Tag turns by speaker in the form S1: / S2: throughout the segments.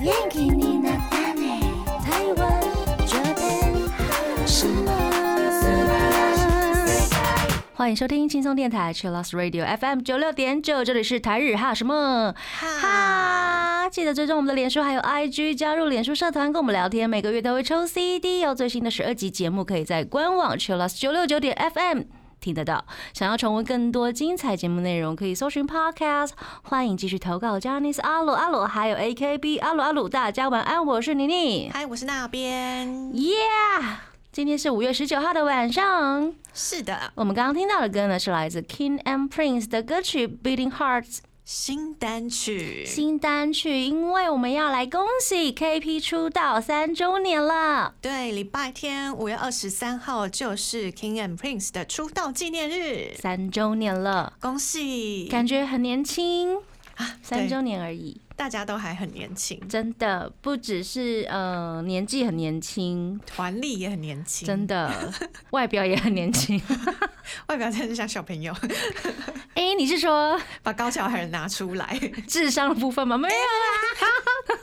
S1: 元気になったね台湾这边什么
S2: 欢迎收听轻松电台 c h i l l o s Radio FM 九六点九，这里是台日哈什么哈，记得追踪我们的脸书还有 IG，加入脸书社团跟我们聊天，每个月都会抽 CD 哦。最新的十二集节目可以在官网 c h i l l o s 九六九点 FM。听得到，想要重温更多精彩节目内容，可以搜寻 Podcast。欢迎继续投稿 j a n i c e 阿鲁阿鲁，还有 AKB 阿鲁阿鲁，大家晚安，我是妮妮。
S3: 嗨，我是那边。
S2: Yeah，今天是五月十九号的晚上，
S3: 是的，
S2: 我们刚刚听到的歌呢，是来自 King and Prince 的歌曲《Beating Hearts》
S3: 嗯新单曲，
S2: 新单曲，因为我们要来恭喜 KP 出道三周年了。
S3: 对，礼拜天五月二十三号就是 King and Prince 的出道纪念日，
S2: 三周年了，
S3: 恭喜！
S2: 感觉很年轻，
S3: 啊，
S2: 三
S3: 对
S2: 周年而已，
S3: 大家都还很年轻，
S2: 真的不只是呃年纪很年轻，
S3: 团力也很年轻，
S2: 真的外表也很年轻。
S3: 外表真的像小朋友，
S2: 哎、你是说
S3: 把高桥海人拿出来，
S2: 智商的部分吗？没有啦，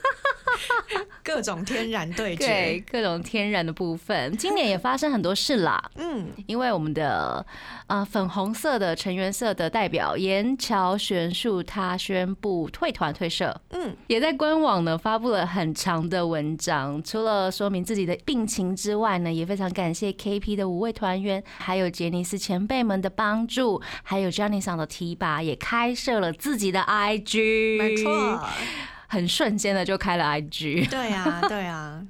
S3: 各种天然对
S2: 对
S3: 决。
S2: 各种天然的部分，今年也发生很多事啦。
S3: 嗯，
S2: 因为我们的呃粉红色的成员色的代表岩桥玄树，他宣布退团退社，
S3: 嗯，
S2: 也在官网呢发布了很长的文章，除了说明自己的病情之外呢，也非常感谢 KP 的五位团员，还有杰尼斯前辈们的帮助，还有 Johnny 上的提拔，也开设了自己的 IG，
S3: 没错，，
S2: 很瞬间的就开了 IG，
S3: 对啊，对啊，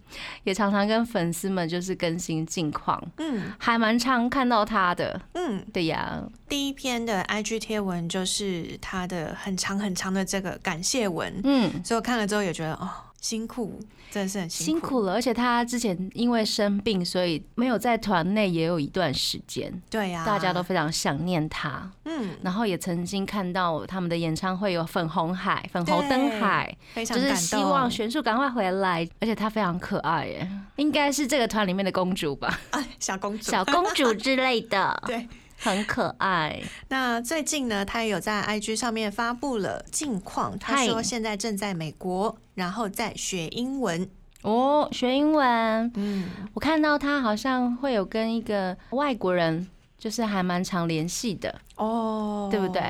S2: 也常常跟粉丝们就是更新近况，
S3: 嗯
S2: 还蛮常看到他的，
S3: 嗯，
S2: 对呀。
S3: 第一篇的 IG 贴文就是他的很长很长的这个感谢文，
S2: 嗯，
S3: 所以我看了之后也觉得哦，辛苦，真的是很
S2: 辛
S3: 辛苦。
S2: 苦了，而且他之前因为生病，所以没有在团内也有一段时间，
S3: 对呀、
S2: 大家都非常想念他。
S3: 嗯，
S2: 然后也曾经看到他们的演唱会有粉红海、粉红灯海，
S3: 非
S2: 就
S3: 常感
S2: 是
S3: 动。
S2: 希望玄树赶快回来。而且她非常可爱， 耶，应该是这个团里面的公主吧，
S3: 啊，小公主。
S2: 小公主之类的，
S3: 对，
S2: 很可爱。
S3: 那最近呢，他也有在 IG 上面发布了近况，他
S2: 嗨
S3: 说现在正在美国，然后在学英文。
S2: 哦，学英文，
S3: 嗯，
S2: 我看到她好像会有跟一个外国人，就是还蛮常联系的。
S3: 哦
S2: 对不对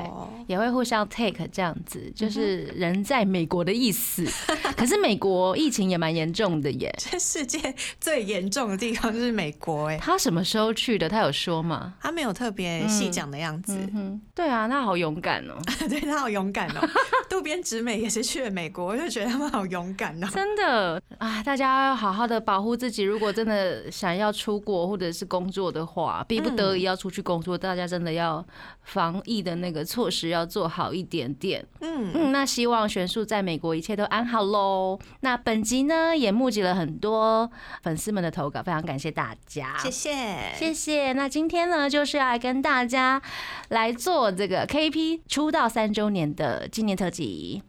S2: 也会互相 take 这样子，就是人在美国的意 思。可是美国疫情也蛮严重的耶。
S3: 这世界最严重的地方就是美国、哎，
S2: 他什么时候去的？他有说吗？
S3: 他没有特别细讲的样子，
S2: 嗯哼，对啊，他好勇敢哦、
S3: 对他好勇敢哦。渡边直美也是去了美国，我就觉得他们好 勇敢哦。
S2: 真的啊！大家要好好的保护自己。如果真的想要出国或者是工作的话，逼不得已要出去工作，大家真的要防疫的那个措施要做好一点点。
S3: 嗯，
S2: 嗯，那希望玄树在美国一切都安好喽。那本集呢也募集了很多粉丝们的投稿，非常感谢大家，
S3: 谢谢，
S2: 谢谢。那今天呢就是要来跟大家来做这个 KP 出道三周年的纪念特辑。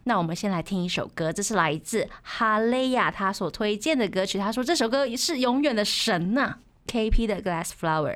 S2: 那我们先来听一首歌，这是来自哈雷亚他所推荐的歌曲，他说这首歌是永远的神呐、KP 的 Glass Flower，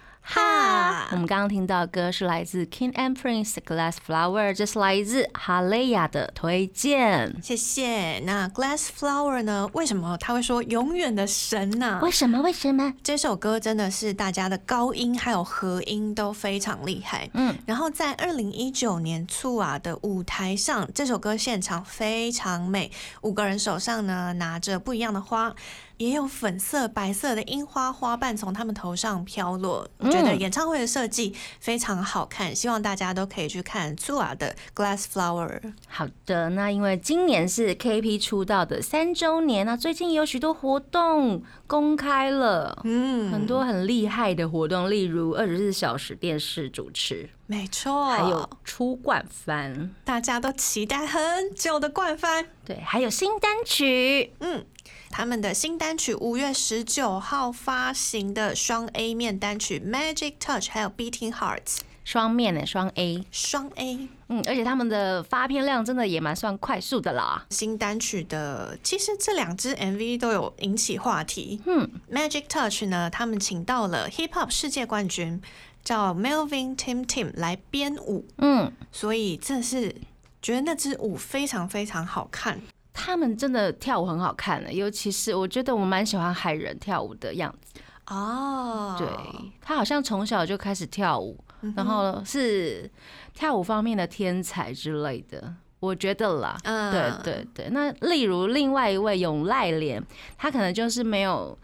S3: 哈
S2: 我们刚刚听到的歌是来自 King and Prince 的 Glass Flower，这是来自哈雷亚的推荐。
S3: 谢谢。那 Glass Flower 呢？为什么他会说永远的神呢、
S2: 为什么？为什么？
S3: 这首歌真的是大家的高音还有和音都非常厉害。
S2: 嗯，
S3: 然后在二零一九年醋啊的舞台上，这首歌现场非常美，五个人手上呢拿着不一样的花，也有粉色、白色的樱花花瓣从他们头上飘落。我觉得
S2: 嗯
S3: 演唱会的设计非常好看，希望大家都可以去看醋啊的 Glass Flower。
S2: 好的，那因为今年是 KP 出道的三周年，那最近有许多活动公开了，
S3: 嗯，
S2: 很多很厉害的活动，例如二十四小时电视主持，
S3: 没错，
S2: 还有出冠番，
S3: 大家都期待很久的冠番，
S2: 对，还有新单曲，
S3: 嗯，他们的新单曲五月十九号发行的双 A 面单曲《Magic Touch》还有《Beating Hearts》，
S2: 双面的双 A，
S3: 双 A
S2: 嗯，而且他们的发片量真的也蛮算快速的啦。
S3: 新单曲的，其实这两支 MV 都有引起话题。
S2: 嗯，
S3: Magic Touch 呢，他们请到了 Hip Hop 世界冠军叫 Melvin Tim Tim 来编舞，
S2: 嗯，
S3: 所以这是觉得那支舞非常非常好看。
S2: 他们真的跳舞很好看的，尤其是我觉得我蛮喜欢海人跳舞的样子。
S3: 哦
S2: 对，他好像从小就开始跳舞，
S3: 嗯
S2: 然后是跳舞方面的天才之类的，我觉得啦。
S3: 嗯
S2: 对对对，那例如另外一位永濑廉，他可能就是没有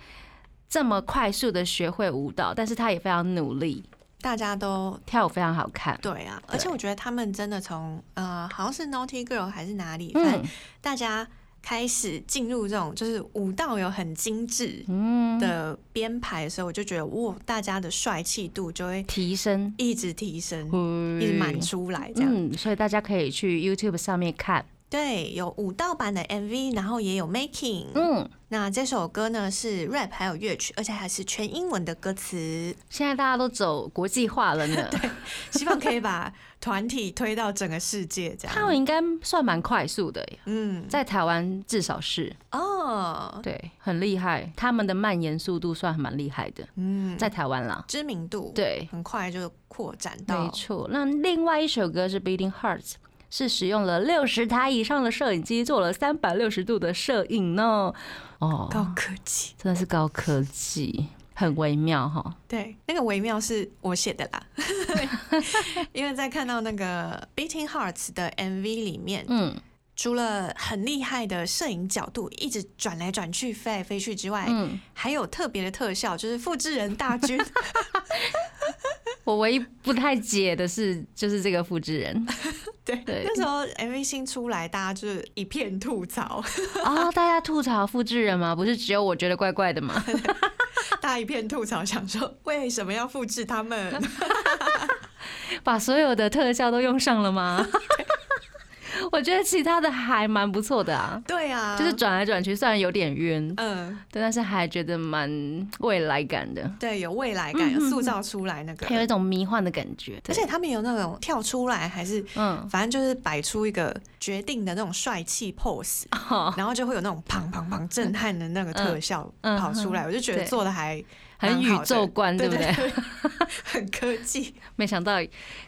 S2: 这么快速的学会舞蹈，但是他也非常努力，
S3: 大家都
S2: 跳舞非常好看。
S3: 对啊，
S2: 对
S3: 而且我觉得他们真的从呃，好像是 Naughty Girl 还是哪里，反
S2: 嗯
S3: 正大家开始进入这种就是舞蹈有很精致
S2: 嗯，
S3: 的编排的时候，我就觉得哇，大家的帅气度就会
S2: 提升，
S3: 一直提升，
S2: 嗯
S3: 一直满出来这样。
S2: 嗯，所以大家可以去 YouTube 上面看。
S3: 对，有舞蹈版的 MV，然后也有 Making。
S2: 嗯，
S3: 那这首歌呢是 rap 还有乐曲，而且还是全英文的歌词，
S2: 现在大家都走国际化了 呢，
S3: 啊希望可以把团体推到整个世界 这
S2: 他们
S3: 样。
S2: 应该算蛮快速的耶，
S3: 嗯，
S2: 在台湾至少是
S3: 哦，
S2: 对，很厉害，他们的蔓延速度算蛮厉害的，
S3: 嗯，
S2: 在台湾啦。
S3: 知名度，
S2: 对，
S3: 很快就扩展
S2: 没
S3: 到
S2: 错。那另外一首歌是《Beating Hearts》，是使用了六十台以上的摄影机做了三百六十度的摄影呢。哦，
S3: 高科技。
S2: 真的是高科技，很微妙哈。
S3: 对，那个微妙是我写的啦， 因为在看到那个《Beating Hearts》的 MV 里面，
S2: 嗯
S3: 除了很厉害的摄影角度一直转来转去、飞来飞去之外，
S2: 嗯，
S3: 还有特别的特效，就是复制人 大军。
S2: 我唯一不太解的是，就是这个复制人
S3: 对，
S2: 对
S3: 那时候 MV 新出来，大家就是一片吐槽，
S2: 哦，大家吐槽复制人吗？不是只有我觉得怪怪的吗？
S3: 大家一片吐槽，想说为什么要复制他们？
S2: 把所有的特效都用上了吗？ 我觉得其他的还蛮不错的啊，
S3: 对啊，
S2: 就是转来转去，虽然有点晕，
S3: 嗯，
S2: 对，但是还觉得蛮未来感的，
S3: 对，有未来
S2: 嗯
S3: 感，有塑造出来那个，
S2: 还有一种迷幻的感觉。
S3: 而且他们有那种跳出来，还是
S2: 嗯，
S3: 反正就是摆出一个决定的那种帅气 pose，、
S2: 哦
S3: 然后就会有那种砰砰砰震撼的那个特效
S2: 嗯嗯
S3: 跑出来，我就觉得
S2: 对
S3: 做的还
S2: 很宇宙观，对
S3: 对
S2: 不
S3: 对
S2: 对？
S3: 对，很科技。
S2: 没想到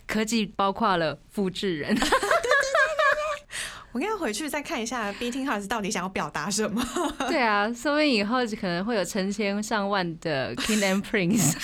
S2: 科技包括了复制 人，
S3: 我应该回去再看一下 Beating Hearts 到底想要表达什么。
S2: 对啊，说不定以后就可能会有成千上万的 King and Prince。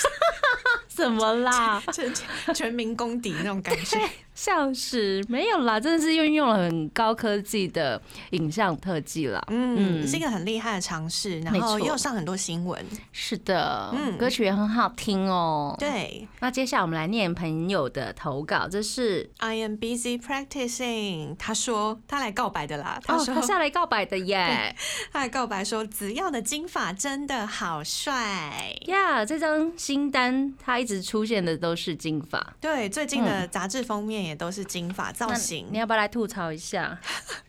S2: 怎么啦？
S3: 全全民公敌那种感觉。
S2: 笑死，没有啦，真的是运用了很高科技的影像特技啦。
S3: 嗯，是一个很厉害的尝试，然后
S2: 没错
S3: 也有上很多新闻。
S2: 是的，
S3: 嗯
S2: 歌曲也很好听哦。
S3: 对
S2: 那接下来我们来念朋友的投稿，这是
S3: ，I am busy practicing。他说他来告白的啦，他
S2: 哦，
S3: 说、
S2: 他是要来告白的耶。
S3: 他来告白说子耀的金发真的好帅。
S2: 呀这张新单它一直出现的都是金发
S3: 对，最近的杂志封面也都是金发造
S2: 嗯
S3: 型
S2: 那你，要不要来吐槽一下？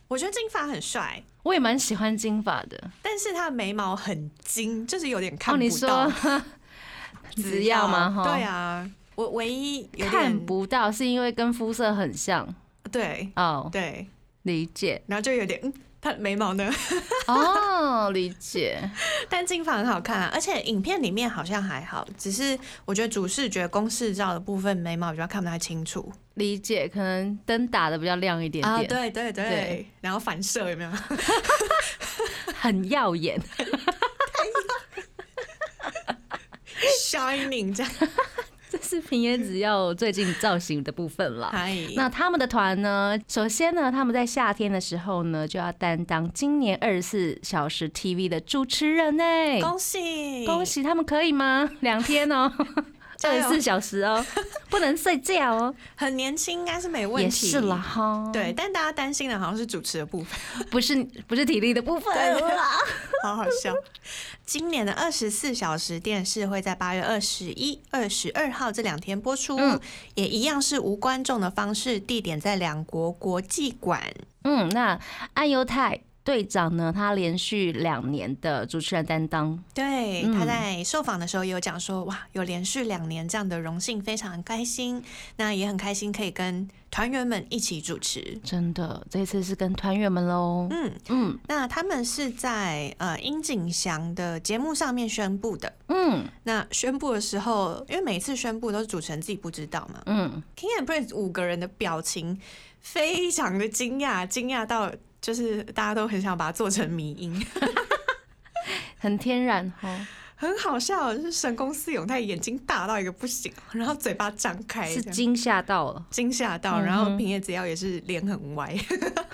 S3: 我觉得金发很帅，
S2: 我也蛮喜欢金发的。
S3: 但是他的眉毛很金，就是有点
S2: 哦，
S3: 看
S2: 你
S3: 不
S2: 说
S3: 到。
S2: 只要吗？哈，
S3: 对，啊，我唯一有点
S2: 看不到是因为跟肤色很像
S3: 对
S2: 哦，
S3: 对，
S2: 理解
S3: 然后就有点嗯，他的眉毛呢？
S2: 哦，理解。
S3: 但金发很好看、啊，而且影片里面好像还好，只是我觉得主视觉公视照的部分眉毛比较看不太清楚
S2: 理解，可能灯打的比较亮一点
S3: 啊，
S2: 点，
S3: 对对对，
S2: 对
S3: 然后反射有没有？
S2: 很耀眼。
S3: shining 这样，
S2: 这是平野紫耀最近造型的部分了。
S3: 嗨，
S2: 那他们的团呢？首先呢，他们在夏天的时候呢，就要担当今年二十四小时 TV 的主持人呢、
S3: 恭喜
S2: 哎恭喜他们可以吗？两天 哦，
S3: 加
S2: 二
S3: 油
S2: 十四小时哦，不能睡觉哦。
S3: 很年轻，应该是没 问题，
S2: 也是啦。哦哈，
S3: 对，但大家担心的好像是主持的部 分，
S2: 不是不是体力的部分啦。
S3: 好好笑。今年的二十四小时电视会在八月二十一、二十二号这两天播出，
S2: 嗯
S3: 也一样是无观众的方式，地点在两国国际馆。
S2: 嗯，那安优泰队长呢，他连续两年的主持人担当，
S3: 对，
S2: 嗯
S3: 他在受访的时候也有讲说，哇，有连续两年这样的荣幸，非常开心。那也很开心可以跟团员们一起主持。
S2: 真的，这次是跟团员们喽。
S3: 嗯，
S2: 嗯
S3: 那他们是在呃殷景祥的节目上面宣布的。
S2: 嗯
S3: 那宣布的时候，因为每次宣布都是主持人自己不知道嘛
S2: 嗯，
S3: ，King and Prince 五个人的表情非常的惊讶，惊讶到就是大家都很想把它做成迷音。
S2: 很天然哦，
S3: 很好笑，就是神功四勇，他眼睛大到一个不行，然后嘴巴张开，
S2: 是
S3: 这样
S2: 惊吓到了。
S3: 惊吓到，
S2: 嗯哼
S3: 然后平野紫耀也是脸很歪，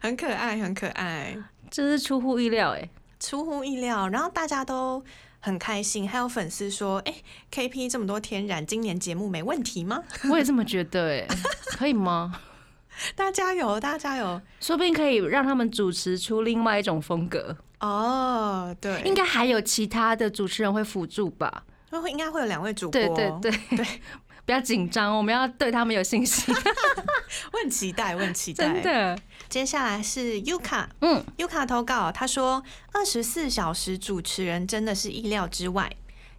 S3: 很可爱，很可爱，
S2: 这是出乎意料哎、
S3: 出乎意料，然后大家都。很开心，还有粉丝说：“哎、k p 这么多天然，今年节目没问题吗？
S2: 我也这么觉得 哎、可以吗？
S3: 大家加油，大家加油！
S2: 说不定可以让他们主持出另外一种风格，
S3: 哦、对，
S2: 应该还有其他的主持人会辅助吧？
S3: 该会应该会有两位主播，
S2: 对对对
S3: 对，
S2: 不要紧张，我们要 对他们有信心，
S3: 我很期待，我很期待。
S2: 真的。
S3: 接下来是 Yuka，
S2: 嗯
S3: ，Yuka 投稿，他说二十四小时主持人真的是意料之外。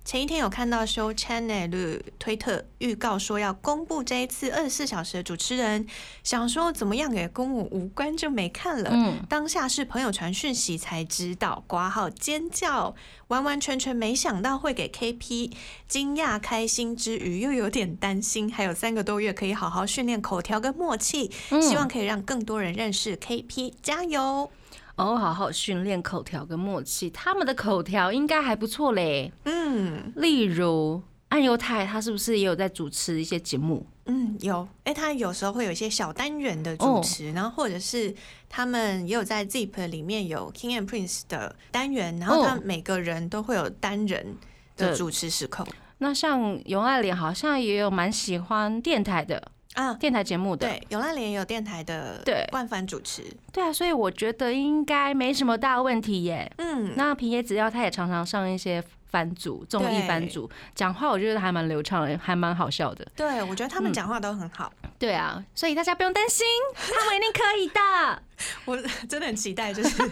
S3: 前一天有看到 Show Channel 推特预告说要公布这一次二十四小时的主持人，想说怎么样也跟我无关就没看了。
S2: 嗯，
S3: 当下是朋友传讯息才知道，挂号尖叫，完完全全没想到会给 KP，惊讶开心之余又有点担心，还有三个多月可以好好训练口条跟默契，
S2: 嗯
S3: 希望可以让更多人认识 KP，加油！
S2: 哦，好好训练口条跟默契，他们的口条应该还不错嘞。
S3: 嗯
S2: 例如安优泰，他是不是也有在主持一些节目？
S3: 嗯，有，哎、他有时候会有一些小单元的
S2: 哦
S3: 主持，然后或者是他们也有在 Zip 里面有 King and Prince 的单元，然后他
S2: 哦
S3: 每个人都会有单人的
S2: 对
S3: 主持时空
S2: 那像永爱莲好像也有蛮喜欢电台的
S3: 啊。
S2: 电台节目的，
S3: 对，永濑廉也有电台的
S2: 对
S3: 冠番主持，
S2: 对啊，所以我觉得应该没什么大问题耶。
S3: 嗯，
S2: 那平野紫耀他也常常上一些番组综艺
S3: 对
S2: 番组，讲话我觉得还蛮流畅的，还蛮好笑的。
S3: 对我觉得他们
S2: 嗯
S3: 讲话都很好，
S2: 对啊，所以大家不用担心，他们一定可以的。
S3: 我 真的很期待，就是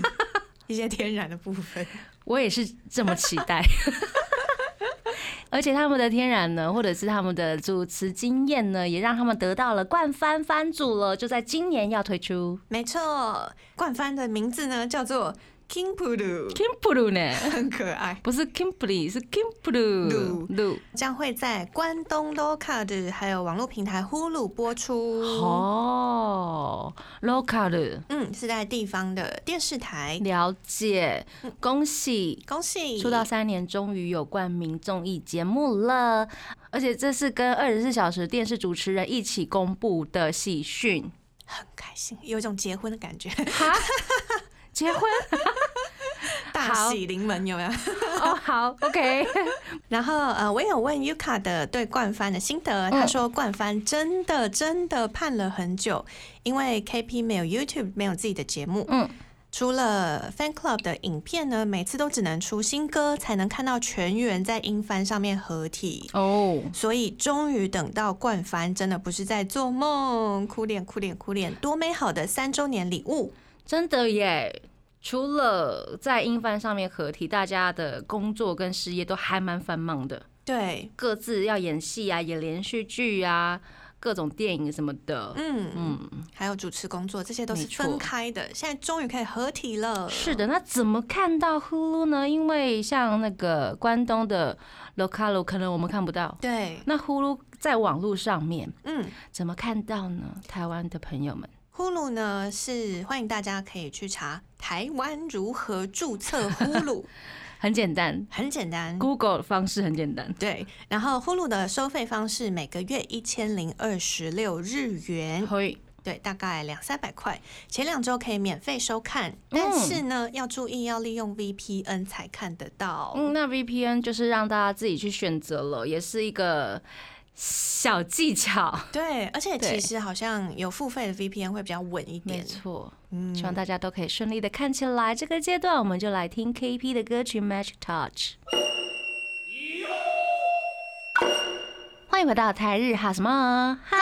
S3: 一些天然的部分，
S2: 我也是这么期待。 而且他们的天然呢，或者是他们的主持经验呢，也让他们得到了冠番番组了，就在今年要推出
S3: 没错，冠番的名字呢叫做 King Pulu，
S2: k i m p l u 呢，
S3: 很可爱。
S2: 不是 Kimberly，是 k i m p l u
S3: 鲁
S2: 鲁
S3: 将会在关东 Locard 还有网络平台 Hulu 播出。
S2: 哦，local 的
S3: 嗯，是在地方的电视台。
S2: 了解，恭喜
S3: 恭喜
S2: 出道三年，终于有冠名综艺节目了，而且这是跟二十四小时电视主持人一起公布的喜讯。
S3: 很开心，有一种结婚的感 觉，
S2: 哈，结婚
S3: 大
S2: 好
S3: 喜临门，有没有？
S2: 哦，好，OK，
S3: 然后呃，我有问 Yuka 的对冠帆的心得，他说冠帆真的真的盼了很久，因为 KP 没有 YouTube，没有自己的节目，
S2: 嗯，
S3: 除了 Fan Club 的影片呢，每次都只能出新歌才能看到全员在英翻上面合体。
S2: 哦，
S3: 所以终于等到冠帆，真的不是在做梦，哭脸哭脸哭脸，多美好的三周年礼物！
S2: 真的耶。除了在英翻上面合体，大家的工作跟事业都还蛮繁忙的，
S3: 对，
S2: 各自要演戏啊，演连续剧啊，各种电影什么的。
S3: 嗯嗯，
S2: 嗯，
S3: 还有主持工作，这些都是
S2: 没错
S3: 分开的，现在终于可以合体了。
S2: 是的。那怎么看到呼噜呢？因为像那个关东的 Localo，可能我们看不到。
S3: 对，
S2: 那呼噜在网络上面
S3: 嗯，
S2: 怎么看到呢？台湾的朋友们，
S3: 呼噜呢是欢迎大家可以去查台湾如何注册呼 噜，
S2: 很简单，
S3: 很简单。
S2: Google 的方式很简单，
S3: 对，然后呼噜的收费方式每个月一千零二十六日元，
S2: 可以
S3: 对，大概两三百块。前两周可以免费收
S2: 嗯
S3: 看，但是呢，要注意要利用 VPN 才看得到。
S2: 嗯，那 VPN 就是让大家自己去选择了，也是一个小技巧。
S3: 对，而且
S2: 对
S3: 其实好像有付费的 VPN 会比较稳一
S2: 没
S3: 点。
S2: 错，
S3: 嗯
S2: 希望大家都可以顺利的看起来。这个阶段，我们就来听 KP 的歌曲《Magic Touch》。欢迎回到台日哈什么哈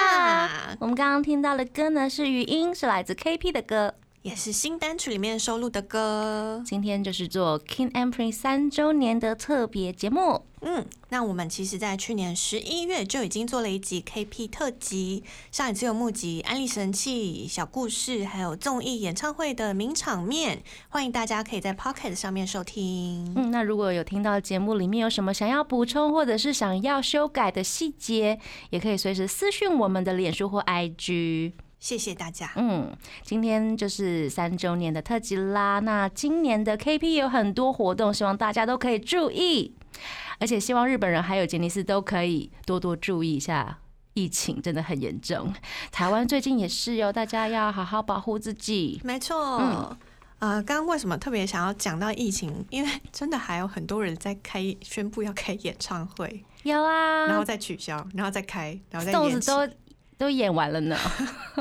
S3: 哈？
S2: 我们刚刚听到的歌呢是语音，是来自 KP 的歌。
S3: 也是新单曲里面收录的歌。
S2: 今天就是做 King and Prince 三周年的特别节目。
S3: 嗯，那我们其实，在去年十一月就已经做了一集 KP 特辑，上一次有募集安利神器、小故事，还有综艺演唱会的名场面，欢迎大家可以在 Pocket 上面收听。
S2: 嗯，那如果有听到节目里面有什么想要补充或者是想要修改的细节，也可以随时私讯我们的脸书或 IG。
S3: 谢谢大家。
S2: 嗯，今天就是三周年的特辑啦。那今年的 KP 有很多活动，希望大家都可以注意，而且希望日本人还有杰尼斯都可以多多注意一下。疫情真的很严重，台湾最近也是哦，大家要好好保护自己。
S3: 没错。
S2: 嗯
S3: 呃，刚刚为什么特别想要讲到疫情？ 因为真的还有很多人在开宣布要开演唱会，
S2: 有
S3: 然后
S2: 啊
S3: 再取消，然后再开，然后再
S2: 粽
S3: 延
S2: 子
S3: 期。
S2: 都都演完了呢。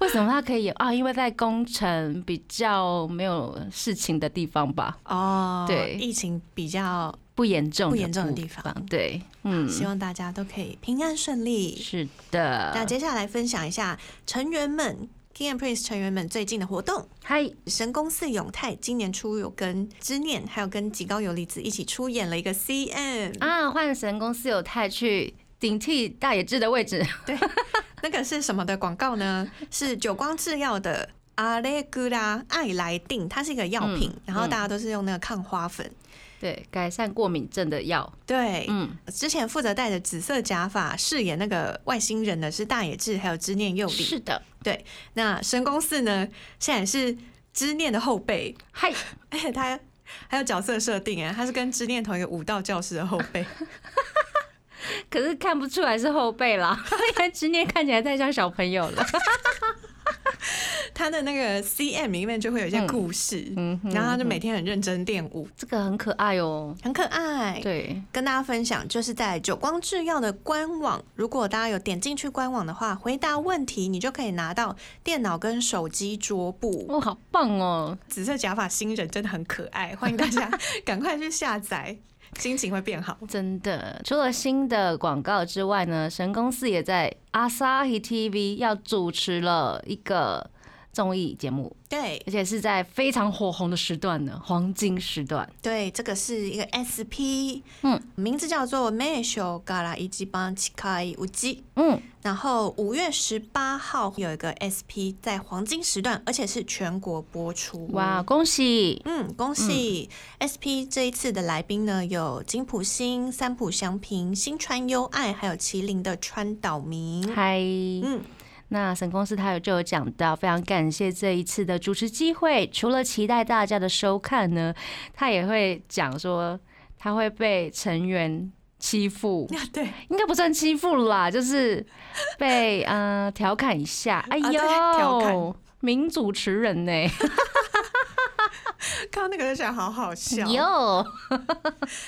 S2: 为什么他可以演啊？因为在工程比较没有事情的地方吧，
S3: 哦，
S2: 对
S3: 疫情比较，
S2: 不严重
S3: 不严重的
S2: 部
S3: 地方
S2: 对，嗯，
S3: 希望大家都可以平安顺利。
S2: 是的。
S3: 那接下来分享一下成员们 King and Prince 成员们最近的活动。
S2: 嗨，
S3: 神宫寺勇太今年初有跟知念，还有跟吉高由里子一起出演了一个 CM，、
S2: 啊，换神公司有太去顶替大野智的位置，
S3: 那个是什么的广 告呢？是久光制药的。阿雷古拉爱来定，它是一个药品，
S2: 嗯
S3: 然后大家都是用那个抗花粉。
S2: 对，改善过敏症的药，
S3: 对，
S2: 嗯，
S3: 之前负责戴着紫色假发饰演那个外星人的是大野智，还有知念佑里。
S2: 是的，
S3: 那神宫寺呢，现在也是知念的后辈，
S2: 嗨，
S3: 而且他还有角色设定啊，他是跟知念同一个武道教室的后 辈。
S2: 可是看不出来是后辈 啦，因为执念看起来太像小朋友了，
S3: 他的那个 CM 里面就会有一些故事，
S2: 嗯哼
S3: 然后他就每天很认真练舞，
S2: 这个很可爱哦，
S3: 很可爱。
S2: 对，
S3: 跟大家分享，就是在久光制药的官网，如果大家有点进去官网的话，回答问题，你就可以拿到电脑跟手机桌布。
S2: 哇，好棒哦，
S3: 紫色假发新人真的很可爱，欢迎大 家赶快去下载，心情会变好。
S2: 真的。除了新的广告之外呢，神公司也在 Asahi TV 要主持了一个综艺节目，
S3: 对
S2: 而且是在非常火红的时段呢，黄金时段。
S3: 对，这个是一个 SP，
S2: 嗯，
S3: 名字叫做 Meisho Gara 以及 b a n c h i k a i Uji。
S2: 嗯，
S3: 然后五月十八号有一个 SP 在黄金时段，而且是全国播出。
S2: 哇，！恭喜！
S3: 嗯，恭喜、SP 这一次的来宾呢，有金普星、三浦祥平、新川优爱，还有麒麟的川岛明。
S2: 嗨，
S3: 嗯，
S2: 那神公司他有就有讲到，非常感谢这一次的主持机会。除了期待大家的收看呢，他也会讲说他会被成员欺负，
S3: 啊对，
S2: 应该不算欺负啦，就是被呃调侃一下。哎
S3: 啊对调侃
S2: 呦，名主持人呢、
S3: 看到那个就想好好笑。
S2: 哟，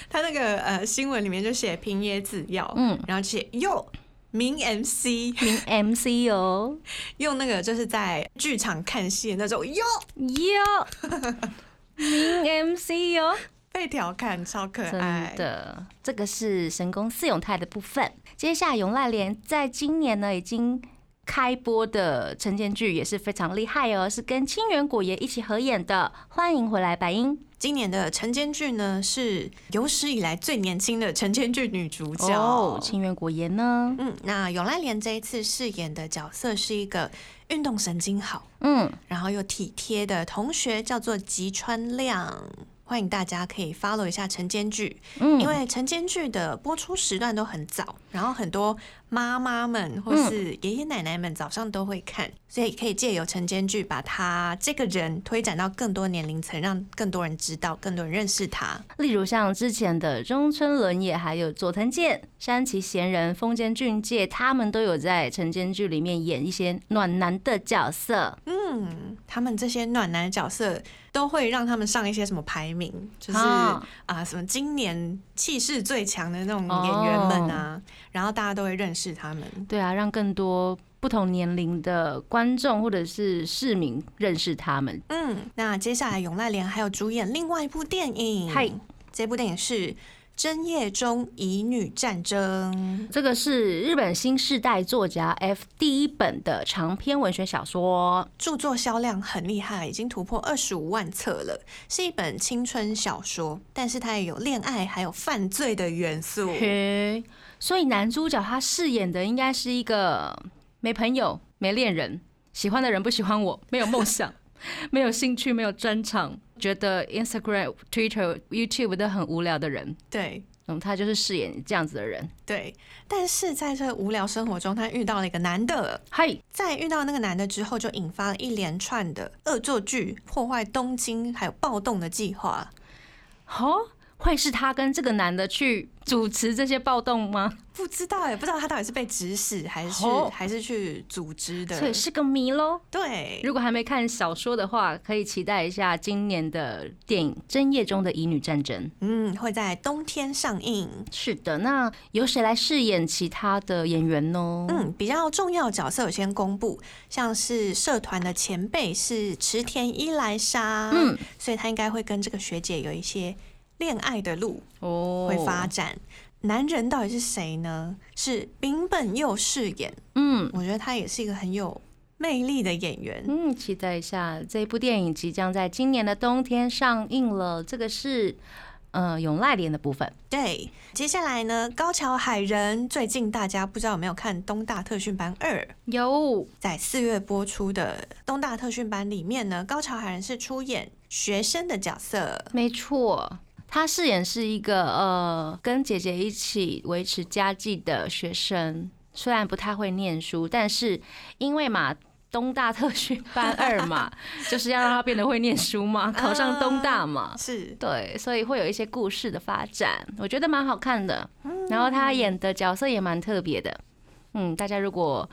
S3: 他那个呃新闻里面就写拼耶字要，
S2: 嗯
S3: 然后写又名 MC，
S2: 名 MC 哦，
S3: 用那个就是在剧场看戏的那种哟
S2: 哟，名 MC 哦。
S3: 被调侃，超可爱
S2: 真。的，这个是神宫四永泰的部分。接下来永濑廉在今年呢已经开播的晨间剧也是非常厉害哦，是跟清源果爷一起合演的《欢迎回来白樱》。
S3: 今年的晨间剧呢，是有史以来最年轻的晨间剧女主角。
S2: 哦，清源果爷呢？
S3: 嗯，那永濑廉这一次饰演的角色是一个运动神经好，
S2: 嗯，
S3: 然后又体贴的同学，叫做吉川亮。欢迎大家可以 follow 一下晨间剧，
S2: 嗯
S3: 因为晨间剧的播出时段都很早，然后很多妈妈们或是爷爷奶奶们早上都会看，所以可以借由晨间剧把他这个人推展到更多年龄层，让更多人知道，更多人认识他。
S2: 例如像之前的中村伦也，还有佐藤健、山崎贤人、丰间俊介，他们都有在晨间剧里面演一些暖男的角色。
S3: 嗯，他们这些暖男角色都会让他们上一些什么排名，就是啊
S2: 啊、
S3: 什么今年气势最强的那种演员
S2: 哦
S3: 们啊，然后大家都会认识他们。
S2: 对啊，让更多不同年龄的观众或者是市民认识他们。
S3: 嗯，那接下来永濑廉还有主演另外一部电影，
S2: 嗨，
S3: 这部电影是《针叶中乙女战争》。
S2: 这个是日本新世代作家 F 第一本的长篇文学小说，
S3: 著作销量很厉害，已经突破二十五万册了。是一本青春小说，但是它也有恋爱还有犯罪的元素。
S2: 嘿，所以男主角他饰演的应该是一个没朋友、没恋人，喜欢的人不喜欢我，没有梦想， 没有兴趣，没有专长，觉得 Instagram、Twitter、YouTube 都很无聊的人。
S3: 对
S2: 嗯，他就是饰演这样子的人。
S3: 对，但是在这无聊生活中，他遇到了一个男的。
S2: 嗨，
S3: 在遇到那个男的之后，就引发了一连串的恶作剧、破坏东京还有暴动的计划。
S2: 哦，会是他跟这个男的去主持这些暴动吗？
S3: 不知道哎，不知道他到底是被指使还是、
S2: 哦
S3: 还是去组织的。
S2: 所以是个谜喽。
S3: 对，
S2: 如果还没看小说的话，可以期待一下今年的电影《针叶中的乙女战争》。
S3: 嗯，会在冬天上映。
S2: 是的，那由谁来饰演其他的演员呢？
S3: 嗯，比较重要角色有先公布，像是社团的前辈是池田一来沙，
S2: 嗯，
S3: 所以他应该会跟这个学姐有一些恋爱的路
S2: 哦
S3: 会发展。男人到底是谁呢？是柄本佑饰演，
S2: 嗯
S3: 我觉得他也是一个很有魅力的演员。
S2: 嗯，期待一下这部电影即将在今年的冬天上映了。这个是呃永濑廉的部分。
S3: 对，接下来呢，高桥海人最近大家不知道有没有看《东大特训班二》？
S2: 有
S3: 在四月播出的《东大特训班》里面呢，高桥海人是出演学生的角色。
S2: 没错，他饰演是一个呃跟姐姐一起维持家计的学生，虽然不太会念书，但是因为嘛。东大特训班二嘛， 就是要让他变得会念书嘛，考上东大嘛，
S3: 是
S2: 对，所以会有一些故事的发展，我觉得蛮好看的。然后他演的角色也蛮特别的，嗯，大家如果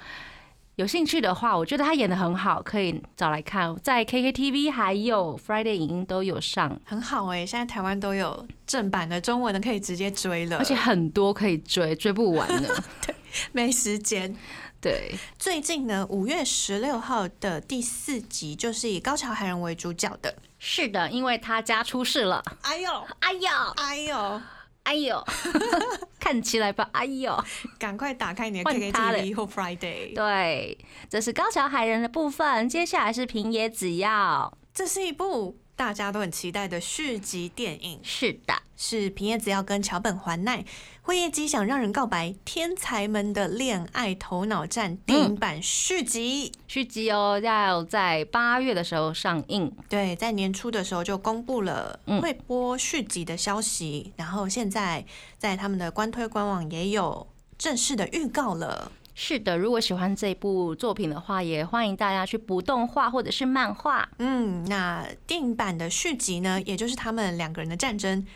S2: 有兴趣的话，我觉得他演的很好，可以找来看，在 KKTV 还有 Friday 影音都有上，
S3: 很好哎、现在台湾都有正版的中文的，可以直接追了，
S2: 而且很多可以追，追不完的。
S3: 没时间。
S2: 对，
S3: 最近呢，五月十六号的第四集就是以高桥海人为主角的。
S2: 是的，因为他家出事了。
S3: 哎呦，
S2: 哎呦，
S3: 哎呦，
S2: 哎呦， 看起来吧，哎呦，
S3: 赶快打开你的
S2: 换他了
S3: KKTV 或 Friday。
S2: 对，这是高桥海人的部分，接下来是平野紫耀。
S3: 这是一部大家都很期待的续集电影。
S2: 是的，
S3: 是平野紫耀跟桥本环奈，辉夜姬想让人告白，天才们的恋爱头脑战电影
S2: 嗯
S3: 版续集。
S2: 续集哦，要在八月的时候上映。
S3: 对，在年初的时候就公布了
S2: 嗯
S3: 会播续集的消息，然后现在在他们的官推官网也有正式的预告了。
S2: 是的，如果喜欢这部作品的话，也欢迎大家去补动画或者是漫画。
S3: 嗯，那电影版的续集呢，也就是他们两个人的战争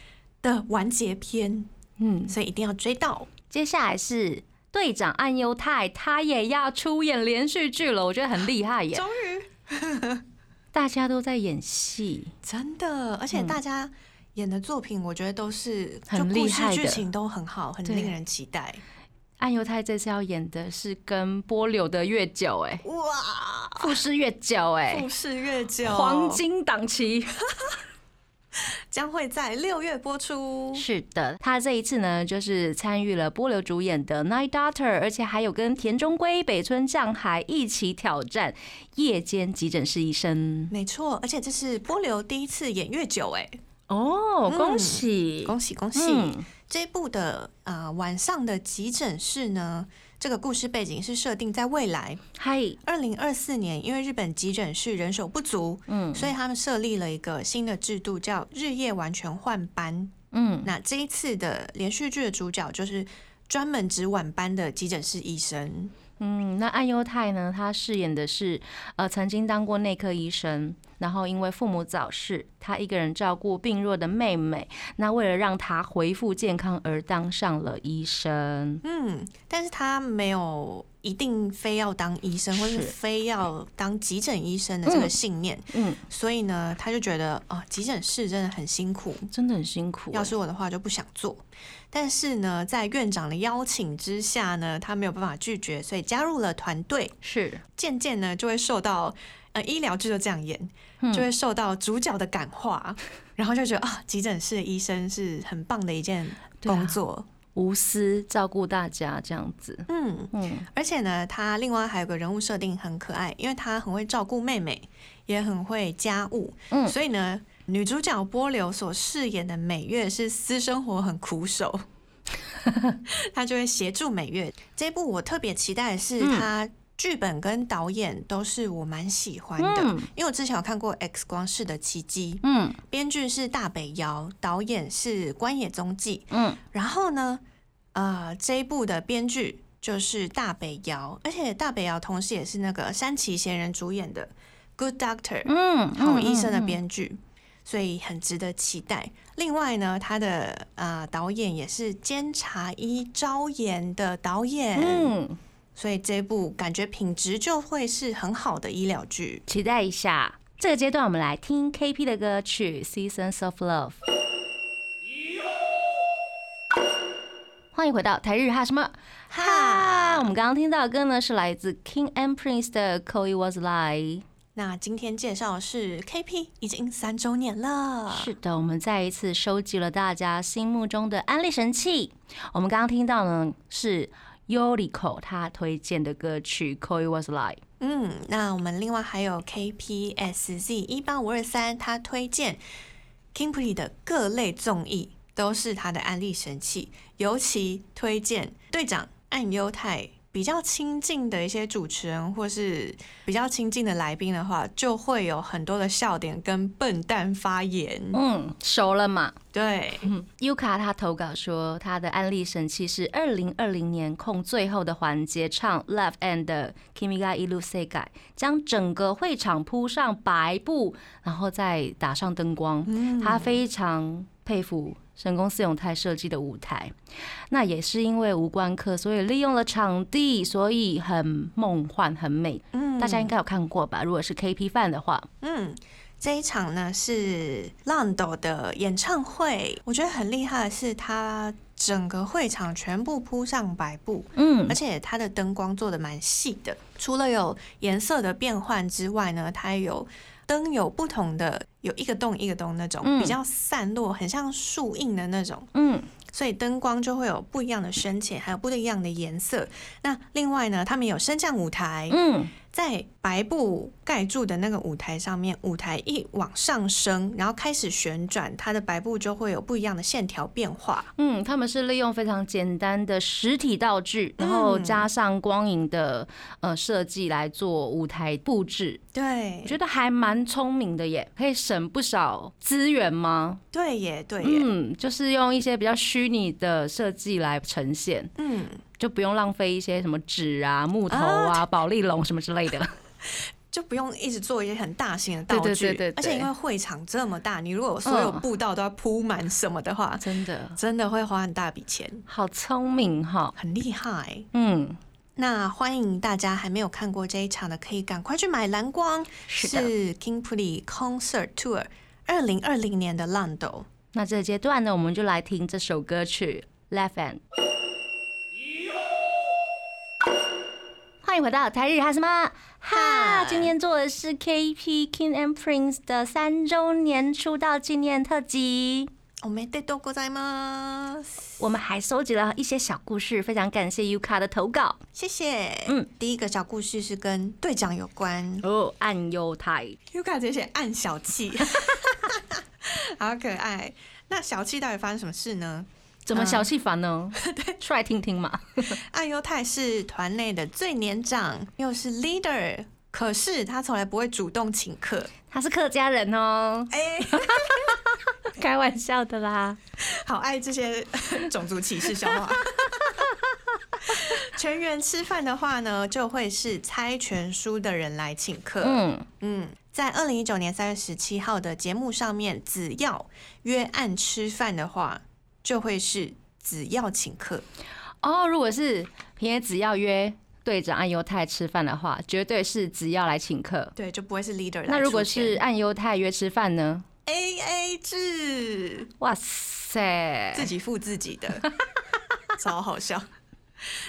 S3: 的完结篇，
S2: 嗯，
S3: 所以一定要追到。
S2: 接下来是队长岸优太，他也要出演连续剧了，我觉得很厉害耶。
S3: 终于，
S2: 大家都在演戏，
S3: 真的，而且大家演的作品，我觉得都是、
S2: 嗯很
S3: 就故
S2: 厉害
S3: 事剧
S2: 的
S3: 情都很好，很
S2: 对
S3: 令人期待。
S2: 岸犹太这次要演的是跟波柳的月九、哎，
S3: 哇，
S2: 富士月九、
S3: 故事越久，
S2: 哎，黄金档期。
S3: 将会在六月播出。
S2: 是的，他这一次呢，就是参与了波流主演的《Night Doctor》，而且还有跟田中圭、北村匠海一起挑战夜间急诊室医生。
S3: 没错，而且这是波流第一次演越久，哎，
S2: 哦，恭
S3: 恭
S2: 喜！
S3: 恭喜恭喜！
S2: 嗯，
S3: 这一部的呃晚上的急诊室呢，这个故事背景是设定在未来
S2: 嗨，
S3: 二零二四年，因为日本急诊室人手不足，
S2: 嗯
S3: 所以他们设立了一个新的制度，叫日夜完全换班。
S2: 嗯，
S3: 那这一次的连续剧的主角就是专门值晚班的急诊室医生。
S2: 嗯，那岸优太呢？他饰演的是呃，曾经当过内科医生，然后因为父母早逝，他一个人照顾病弱的妹妹。那为了让她恢复健康而当上了医生。
S3: 嗯，但是他没有一定非要当医生，或是
S2: 是
S3: 非要当急诊医生的这个信念，
S2: 嗯，
S3: 所以呢，他就觉得啊、急诊室真的很辛苦。
S2: 真的很辛苦欸、
S3: 要是我的话，就不想做。但是呢，在院长的邀请之下呢，他没有办法拒绝，所以加入了团队。
S2: 是
S3: 渐渐呢，就会受到呃，医疗剧就这样演，
S2: 嗯
S3: 就会受到主角的感化，然后就觉得啊，急诊室医生是很棒的一件
S2: 对啊
S3: 工作。
S2: 无私照顾大家这样子。
S3: 嗯，
S2: 嗯，
S3: 而且呢，他另外还有个人物设定很可爱，因为他很会照顾妹妹，也很会家务，
S2: 嗯
S3: 所以呢，女主角波流所饰演的美月是私生活很 苦手，她就会协助美月。这一部我特别期待的是
S2: 嗯
S3: 她剧本跟导演都是我蛮喜欢的，
S2: 嗯
S3: 因为我之前有看过《X 光式的奇迹》，
S2: 嗯
S3: 编剧是大北遥，导演是关野宗纪。
S2: 嗯，
S3: 然后呢，呃，这一部的编剧就是大北遥，而且大北遥同时也是那个山崎贤人主演的《Good Doctor》
S2: 嗯，
S3: 好医生的
S2: 嗯，
S3: 编剧，所以很值得期待。另外呢，他的呃导演也是《监察医昭妍》的导演，
S2: 嗯，嗯
S3: 所以这部感觉品质就会是很好的医疗剧。
S2: 期待一下。这个阶段我们来听 KP 的歌曲《Seasons of Love》。欢迎回到台日哈什么哈？我们刚刚听到的歌呢是来自 King and Prince 的《c o y Was Lie》。
S3: 那今天介绍的是 KP 已经三周年了，
S2: 是的，我们再一次收集了大家心目中的安利神器。我们刚刚听到呢是 Yoriko 他推荐的歌曲《c o y Was Lie》。
S3: 嗯，那我们另外还有 KPSZ 一八五二三，他推荐 Kimply 的各类综艺都是他的安利神器，尤其推荐队长岸优太。比较亲近的一些主持人或是比较亲近的来宾的话，就会有很多的笑点跟笨蛋发言。
S2: 嗯，熟了嘛。
S3: 对，
S2: Yuka 他投稿说，他的安利神器是二零二零年控最后的环节唱《Love and》的 Kimiga Ilu Segai，将整个会场铺上白布，然后再打上灯光。他非常佩服神宫寺永泰设计的舞台，那也是因为无关课，所以利用了场地，所以很梦幻、很美。
S3: 嗯
S2: 大家应该有看过吧？如果是 KP fan 的话，
S3: 嗯，这一场呢是浪斗的演唱会，我觉得很厉害的是，它整个会场全部铺上白布，
S2: 嗯
S3: 而，且它的灯光做的蛮细的。除了有颜色的变换之外呢，它有灯有不同的，有一个洞一个洞那种，
S2: 嗯
S3: 比较散落，很像树荫的那种。
S2: 嗯，
S3: 所以灯光就会有不一样的深浅，还有不一样的颜色。那另外呢，他们有升降舞台，
S2: 嗯，
S3: 在白布盖住的那个舞台上面，舞台一往上升，然后开始旋转，它的白布就会有不一样的线条变化。
S2: 嗯，他们是利用非常简单的实体道具，然后
S3: 嗯
S2: 加上光影的呃设计来做舞台布置，
S3: 对
S2: 我，觉得还蛮聪明的耶，可以省不少资源吗？
S3: 对耶，对耶，
S2: 嗯，就是用一些比较虚拟的设计来呈现，
S3: 嗯，
S2: 就不用浪费一些什么纸啊、木头啊、保丽龙什么之类的。
S3: 就不用一直做一些很大型的道具。
S2: 对对对对对
S3: 而且因为会场这么大，你如果所有
S2: 嗯
S3: 步道都要铺满什么的话，
S2: 真的
S3: 真的会花很大笔钱，
S2: 好聪明哈，
S3: 很厉害。
S2: 嗯，
S3: 那欢迎大家还没有看过这一场的，可以赶快去买蓝光，
S2: 是的
S3: King Puli Concert Tour 二零二零年的浪斗。
S2: 那这个阶段呢，我们就来听这首歌曲《Laugh and》。欢迎回到台日哈什么哈
S3: 嗨！
S2: 今天做的是 KP King and Prince 的三周年出道纪念特辑。
S3: 我们得多过在吗？
S2: 我们还收集了一些小故事，非常感谢 Yuka 的投稿
S3: 谢谢。
S2: 嗯，
S3: 第一个小故事是跟队长有关。
S2: 哦。暗优太
S3: Yuka 姐写暗小 气，好可爱。那小气到底发生什么事呢？
S2: 怎么小气法呢？ 出来听听嘛。
S3: 暗优太是团内的最年长，又是 leader，可是他从来不会主动请客。
S2: 他是客家人哦，
S3: 哎、
S2: 开玩笑的啦。
S3: 好爱这些种族歧视笑 话。全员吃饭的话呢，就会是猜拳书的人来请客。嗯
S2: 嗯，
S3: 在二零一九年三月十七号的节目上面，只要约案吃饭的话，就会是只要请客。
S2: 哦，如果是平野只要约队长暗优太吃饭的话，绝对是只要来请客。
S3: 对，就不会是 leader 来
S2: 那如果
S3: 出钱
S2: 是暗优太约吃饭呢？
S3: A A 制，
S2: 哇塞哎
S3: 自，己付自己的，超好笑。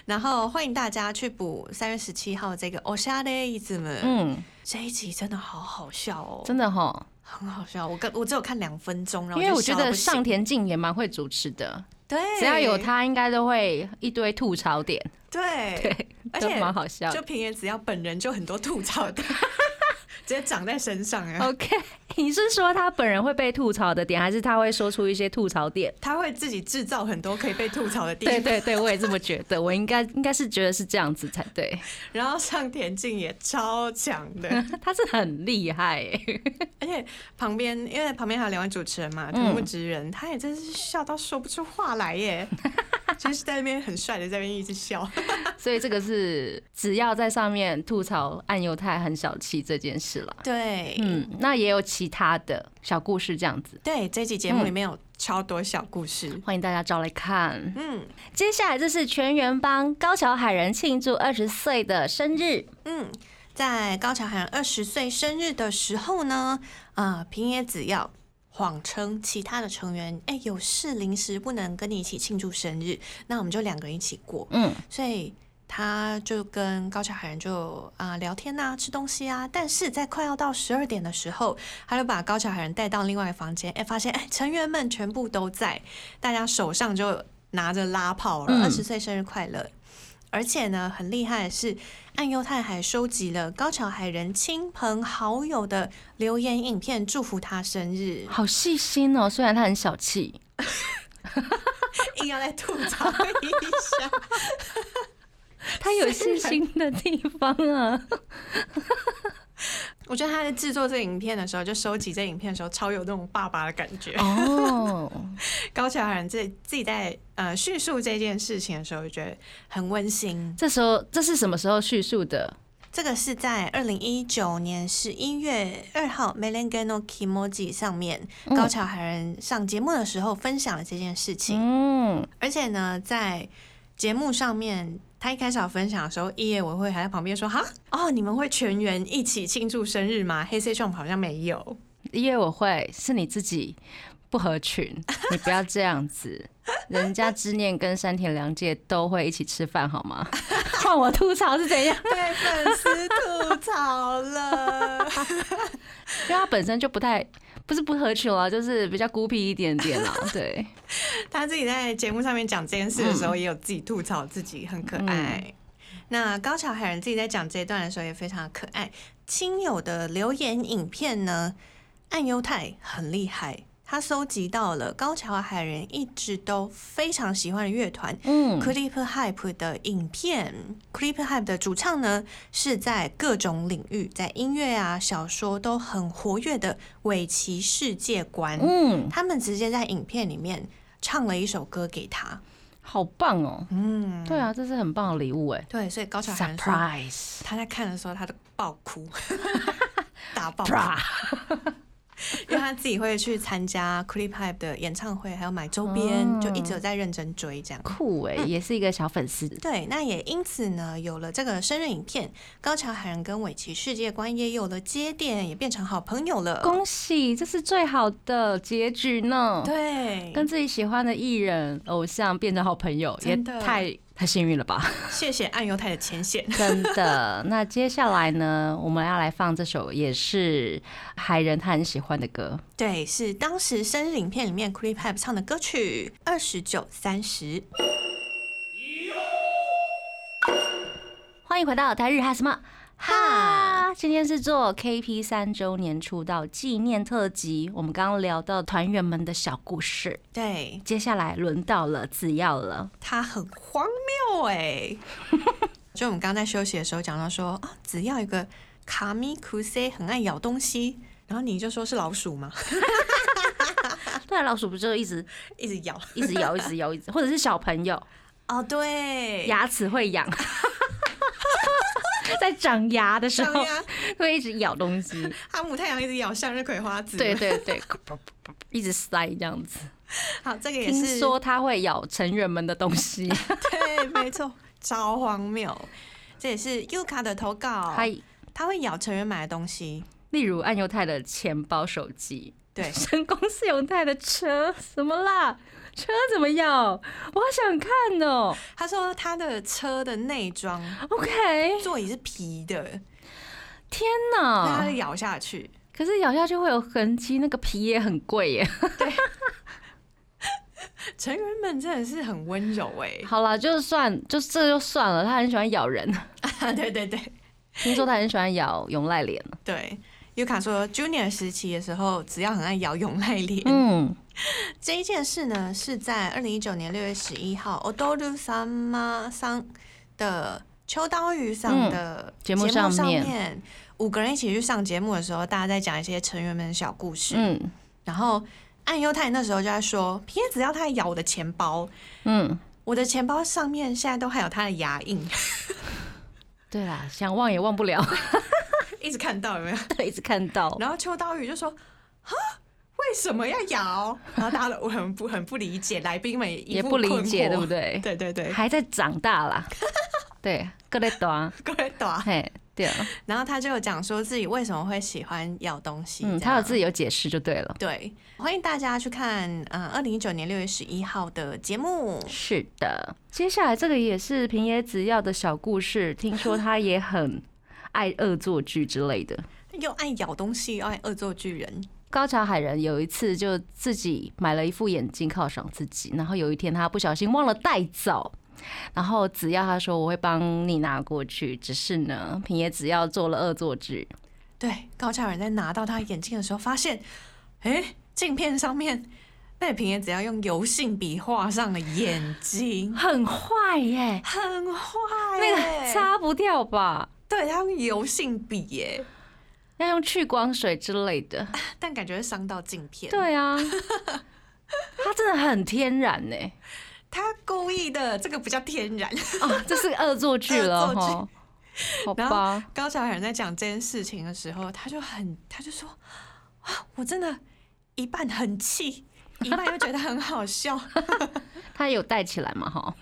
S3: 然后欢迎大家去补三月十七号这个 o s h a r e i s m
S2: 嗯，
S3: 这一集真的好好笑哦，
S2: 真
S3: 的
S2: 的哈，
S3: 很好笑。我跟我只有看两分钟，然后
S2: 因为
S3: 就
S2: 我觉
S3: 笑到
S2: 得
S3: 不行
S2: 上田静也蛮会主持的，
S3: 对，
S2: 只要有他，应该都会一堆吐槽点，
S3: 对，
S2: 对，
S3: 而
S2: 都
S3: 且
S2: 蛮好笑的
S3: 就平原只要本人就很多吐槽 的，直接长在身上啊。
S2: OK，你是说他本人会被吐槽的点，还是他会说出一些吐槽 点？
S3: 他会自己制造很多可以被吐槽的地
S2: 对
S3: 方，
S2: 对对，我也这么觉得，我应该应该是觉得是这样子才对。
S3: 然后上田径也超强的，
S2: 他是很厉害、欸，
S3: 而且旁边因为旁边还有两位主持人嘛，
S2: 嗯
S3: 藤木直人，他也真是笑到说不出话来 耶，就是在那边很帅的在那边一直笑，
S2: 所以这个是只要在上面吐槽暗犹太很小气这件事了。
S3: 对，
S2: 嗯，那也有其他的小故事这样子，
S3: 对，这期节
S2: 嗯
S3: 目里面有超多小故事，
S2: 欢迎大家找来看。
S3: 嗯
S2: 接下来这是全员帮高桥海人庆祝二十岁的生日，
S3: 嗯，在高桥海人二十岁生日的时候呢，啊，平野紫耀谎称其他的成员哎、有事临时不能跟你一起庆祝生日，那我们就两个人一起过，
S2: 嗯，
S3: 所以。他就跟高桥海人就啊、聊天呐、吃东西啊，但是在快要到十二点的时候，他就把高桥海人带到另外一个房间，哎、发现哎、成员们全部都在，大家手上就拿着拉炮了，
S2: 嗯
S3: 二十岁生日快乐。而且呢，很厉害的是，岸优太还收集了高桥海人亲朋好友的留言影片，祝福他
S2: ，
S3: 生日
S2: 好细心哦、虽然他很小气，
S3: 硬要来吐槽一下。
S2: 他有细心的地方啊。
S3: 我觉得他在制作这个影片的时候，就收集这影片的时候，超有那种爸爸的感觉。
S2: 哦，
S3: 高桥海人自自己在呃叙述这件事情的时候，就觉得很温馨。
S2: 这时候这是什么时候叙述的？
S3: 这个是在二零一九年十一月二号《Melengano Kimoji》上面，
S2: 嗯
S3: 高桥海人上节目的时候分享了这件事情，
S2: 嗯，
S3: 而且呢，在节目上面。他一开始要分享的时候，一野委会还在旁边说：“哈，哦，你们会全员一起庆祝生日吗？”黑 C 壮好像没有，
S2: 因为我会是你自己不合 群，你不要这样子。人家知念跟山田凉介都会一起吃饭，好吗？ 换我吐槽是怎样？
S3: 被粉丝吐槽了。
S2: 因为他本身就不太不是不合群啊，就是比较孤僻一点点 啦。对，
S3: 他自己在节目上面讲这件事的时候，也有自己吐槽自己很可爱。
S2: 嗯
S3: 那高桥海人自己在讲这一段的时候也非常可爱。亲友的留言影片呢，岸优太很厉害，他搜集到了高桥海人一直都非常喜欢的乐团。
S2: 嗯
S3: Clip Hype 的影片，Clip Hype 的主唱呢是在各种领域，在音乐啊、小说都很活跃的尾崎世界观。
S2: 嗯，
S3: 他们直接在影片里面唱了一首歌给他。
S2: 好棒哦！
S3: 嗯，
S2: 对啊，这是很棒的礼物哎
S3: 对，所以高桥海人说
S2: ，surprise，
S3: 他在看的时候，他都爆 哭，大爆哭，
S2: 啪
S3: 因为他自己会去参加 Clip Hype 的演唱会，还有买周边，
S2: 哦
S3: 就一直有在认真追这样。
S2: 酷哎，也是一个小粉丝。
S3: 对，那也因此呢，有了这个生日影片，高桥海人跟尾崎世界观也有了接点，也变成好朋友了。
S2: 恭喜，这是最好的结局呢。
S3: 对，
S2: 跟自己喜欢的艺人、偶像变成好朋友，也
S3: 真的
S2: 太太幸运了吧！
S3: 谢谢岸由太的牵线。
S2: 真的。那接下来呢，我们要来放这首也是海人他很喜欢的歌。
S3: 对，是当时生日影片里面 Creep Hype 唱的歌曲《二十九三十》。
S2: 欢迎回到台日哈什么哈，今天是做 KP 三周年出道纪念特辑，我们刚刚聊到团员们的小故事，
S3: 对
S2: 接下来轮到了子耀了。
S3: 他很荒谬哎、 就我们刚刚在休息的时候讲到说啊，只要有一个卡米库塞很爱咬东西，然后你就说是老鼠嘛，
S2: 对啊，老鼠不就一直
S3: 一直咬。
S2: 一直摇，一直摇，一 直，或者是小朋友，
S3: 哦，对，
S2: 牙齿会痒， 在长牙的时
S3: 上
S2: 候
S3: 呀，
S2: 会一直咬东西，
S3: 哈姆太阳一直咬向日葵花籽。
S2: 对，对对， 一直塞这样子。
S3: 好，这个也
S2: 听
S3: 是
S2: 说它会咬成员们的东 西，
S3: 对，没错，超荒谬。这也是 U 卡的投稿，
S2: 还
S3: 他会咬成人买的东西。
S2: 例如暗犹太的钱包、手机，
S3: 对，
S2: 神宫寺永泰的车什么啦？车怎么样？我好想看哦。
S3: 他说他的车的内装
S2: OK，
S3: 座椅是皮的，
S2: 天
S3: 那它
S2: 哪
S3: 是！咬下去，
S2: 可是咬下去会有痕迹，那个皮也很贵耶。
S3: 成员们真的是很温柔哎、
S2: 好啦，就算就这就算了，他很喜欢咬人，
S3: 啊， 对 对对
S2: 听说他很喜欢咬永濑脸。
S3: 对。尤卡说，Junior 时期的时候，只要很爱咬永濑脸。
S2: 嗯，
S3: 这一件事呢，是在二零一九年六月十一号 o d o r u s a m a 桑的秋刀鱼上的
S2: 嗯节目
S3: 上
S2: 上面
S3: 五个人一起去上节目的时候，大家在讲一些成员们的小故事。
S2: 嗯
S3: 然后暗优太那时候就在说，撇子要他咬我的钱包，
S2: 嗯，
S3: 我的钱包上面现在都还有他的牙印，
S2: 对啦，想忘也忘不 了，
S3: 一直看到有没有？
S2: 一直看到。
S3: 然后秋刀鱼就说：“啊，为什么要咬？”然后大家都很不很不理解，来宾们
S2: 也不理解，对不
S3: 对？
S2: 对？
S3: 对对对，
S2: 还在长大 啦，对，各类短，
S3: 各位懂啊。
S2: 嘿，对啊，
S3: 然后他就有讲说自己为什么会喜欢咬东西，
S2: 嗯，
S3: 这样
S2: 他有自己有解释就对了。
S3: 对，欢迎大家去看，嗯，二零一九年六月十一号的节目，
S2: 是的，接下来这个也是平野紫耀的小故事，听说他也很爱恶作剧之类的。
S3: 又爱咬东西，又爱恶作剧人，
S2: 高桥海人有一次就自己买了一副眼镜犒赏自己，然后有一天他不小心忘了带走，然后只要他说我会帮你拿过去，只是呢平野只要做了恶作剧，
S3: 对，高桥人在拿到他眼镜的时候，发现，哎，镜片上面那平也只要用油性笔画上了眼睛，
S2: 很坏耶，
S3: 很坏
S2: 那
S3: 耶，
S2: 个擦不掉吧，
S3: 对他用油性笔耶，
S2: 要用去光水之类 的。
S3: 但感觉会伤到镜片，，
S2: 对啊，他真的很天然呢、
S3: 他故意的，这个不叫天然。
S2: 啊，这是恶作剧了
S3: 恶作
S2: 哈。好
S3: 然
S2: 吧，
S3: 高桥海人在讲这件事情的时候，他就很，他就说：“啊，我真的，一半很气，一半又觉得很好笑。
S2: 他有带起来嘛哈？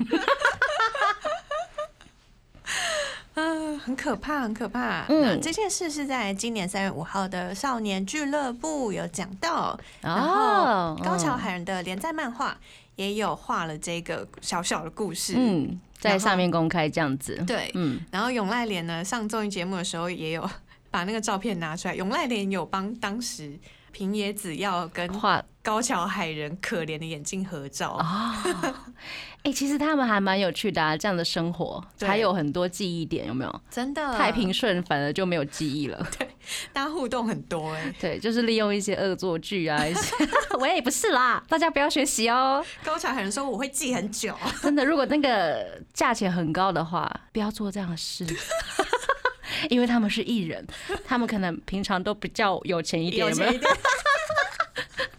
S3: 嗯，很可怕，很可怕。
S2: 嗯
S3: 嗯，这件事是在今年三月五号的少年俱乐部有讲到，然后
S2: 哦
S3: 高桥海人的连载漫画也有画了这个小小的故事。嗯，
S2: 嗯，在上面公开这样子，
S3: 对。
S2: 嗯，
S3: 然后永濑廉呢，上综艺节目的时候也有 把那个照片拿出来，永濑廉有帮当时平野紫耀跟
S2: 画
S3: 高桥海人可怜的眼镜合照。
S2: 啊，哎、其实他们还蛮有趣的啊，这样的生活
S3: 对嗯
S2: 还有很多记忆点，有没有？
S3: 真的，
S2: 太平顺反而就没有记忆了。
S3: 大家互动很多哎、
S2: 对，就是利用一些恶作剧啊，一 些喂，不是啦，大家不要学习哦。
S3: 高桥海人说我会记很 久，
S2: 真的，如果那个价钱很高的话，不要做这样的事，因为他们是艺人，他们可能平常都比较有钱一点，
S3: 有
S2: 有没
S3: 钱
S2: 有
S3: 一？点，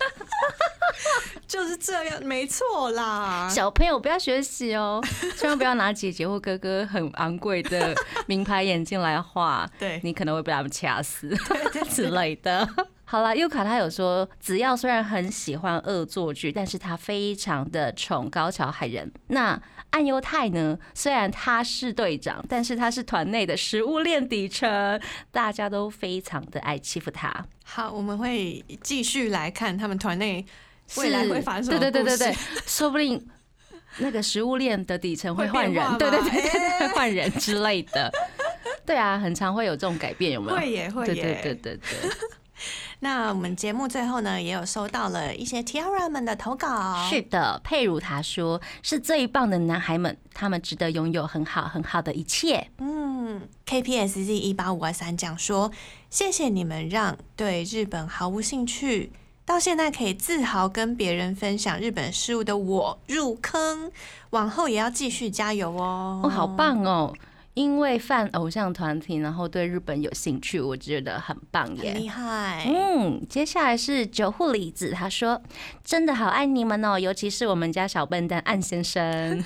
S3: 就是这样，没错啦。
S2: 小朋友不要学习哦，千万不要拿姐姐或哥哥很昂贵的名牌眼镜来画，
S3: 对
S2: 你可能会被他们掐死 之类的。好啦，优卡他有说，子耀虽然很喜欢恶作剧，但是他非常的宠高桥海人。那岸优太呢？虽然他是队长，但是他是团内的食物链底层，大家都非常的爱欺负他。
S3: 好，我们会继续来看他们团内未来
S2: 是
S3: 会发生什么
S2: 对对对对
S3: 故
S2: 对，说不定那个食物链的底层会换人，
S3: 会
S2: 对
S3: 变化哎
S2: 对
S3: 吗
S2: 对对对，会换人之类的。对啊，很常会有这种改变，有没有？
S3: 会耶会
S2: 对
S3: 耶。
S2: 对对对对，
S3: 那我们节目最后呢，也有收到了一些 Tiara 们的投稿，
S2: 是的。佩如他说是最棒的男孩们，他们值得拥有很好很好的一切。
S3: 嗯，KPSZ 一八五二三讲说，谢谢你们让对日本毫无兴趣，到现在可以自豪跟别人分享日本事物的我入坑，往后也要继续加油哦！
S2: 哦，好，棒哦！因为犯偶像团体，然后对日本有兴趣，我觉得很棒耶。
S3: 很厉害。
S2: 嗯，接下来是九户李子，他说：“真的好爱你们哦，尤其是我们家小笨蛋岸先 生。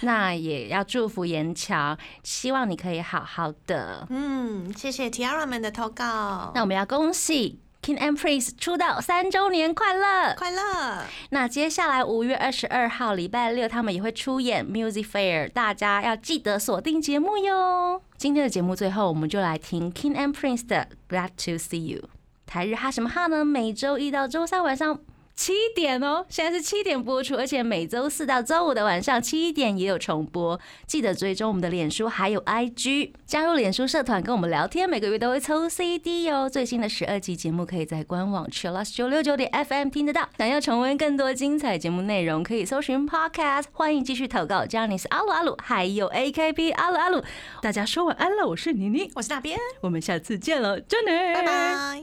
S2: 那也要祝福岩桥，希望你可以好好的。
S3: 嗯，谢谢 Tiara 们的投稿
S2: 那，我们要恭喜 King and Prince 出道三周年快乐！
S3: 快乐！
S2: 那接下来五月二十二号礼拜六，他们也会出演 Music Fair，大家要记得锁定节目哟。今天的节目最后，我们就来听 King and Prince 的《Glad to See You》。台日哈什么哈呢？每周一到周三晚上。七点哦，现在是七点播出，而且每周四到周五的晚上七点也有重播。记得追踪我们的脸书还有 IG，加入脸书社团跟我们聊天，每个月都会抽 CD 哦。最新的十二集节目可以在官网 chillus 九六九点 FM 听得到。想要重温更多精彩节目内容，可以搜寻 Podcast。欢迎继续投稿 j a n i c e 阿鲁阿鲁，还有 AKB 阿鲁阿鲁。大家说晚安了，我是妮妮，
S3: 我是那边，
S2: 我们下次见了，真的，
S3: 拜拜。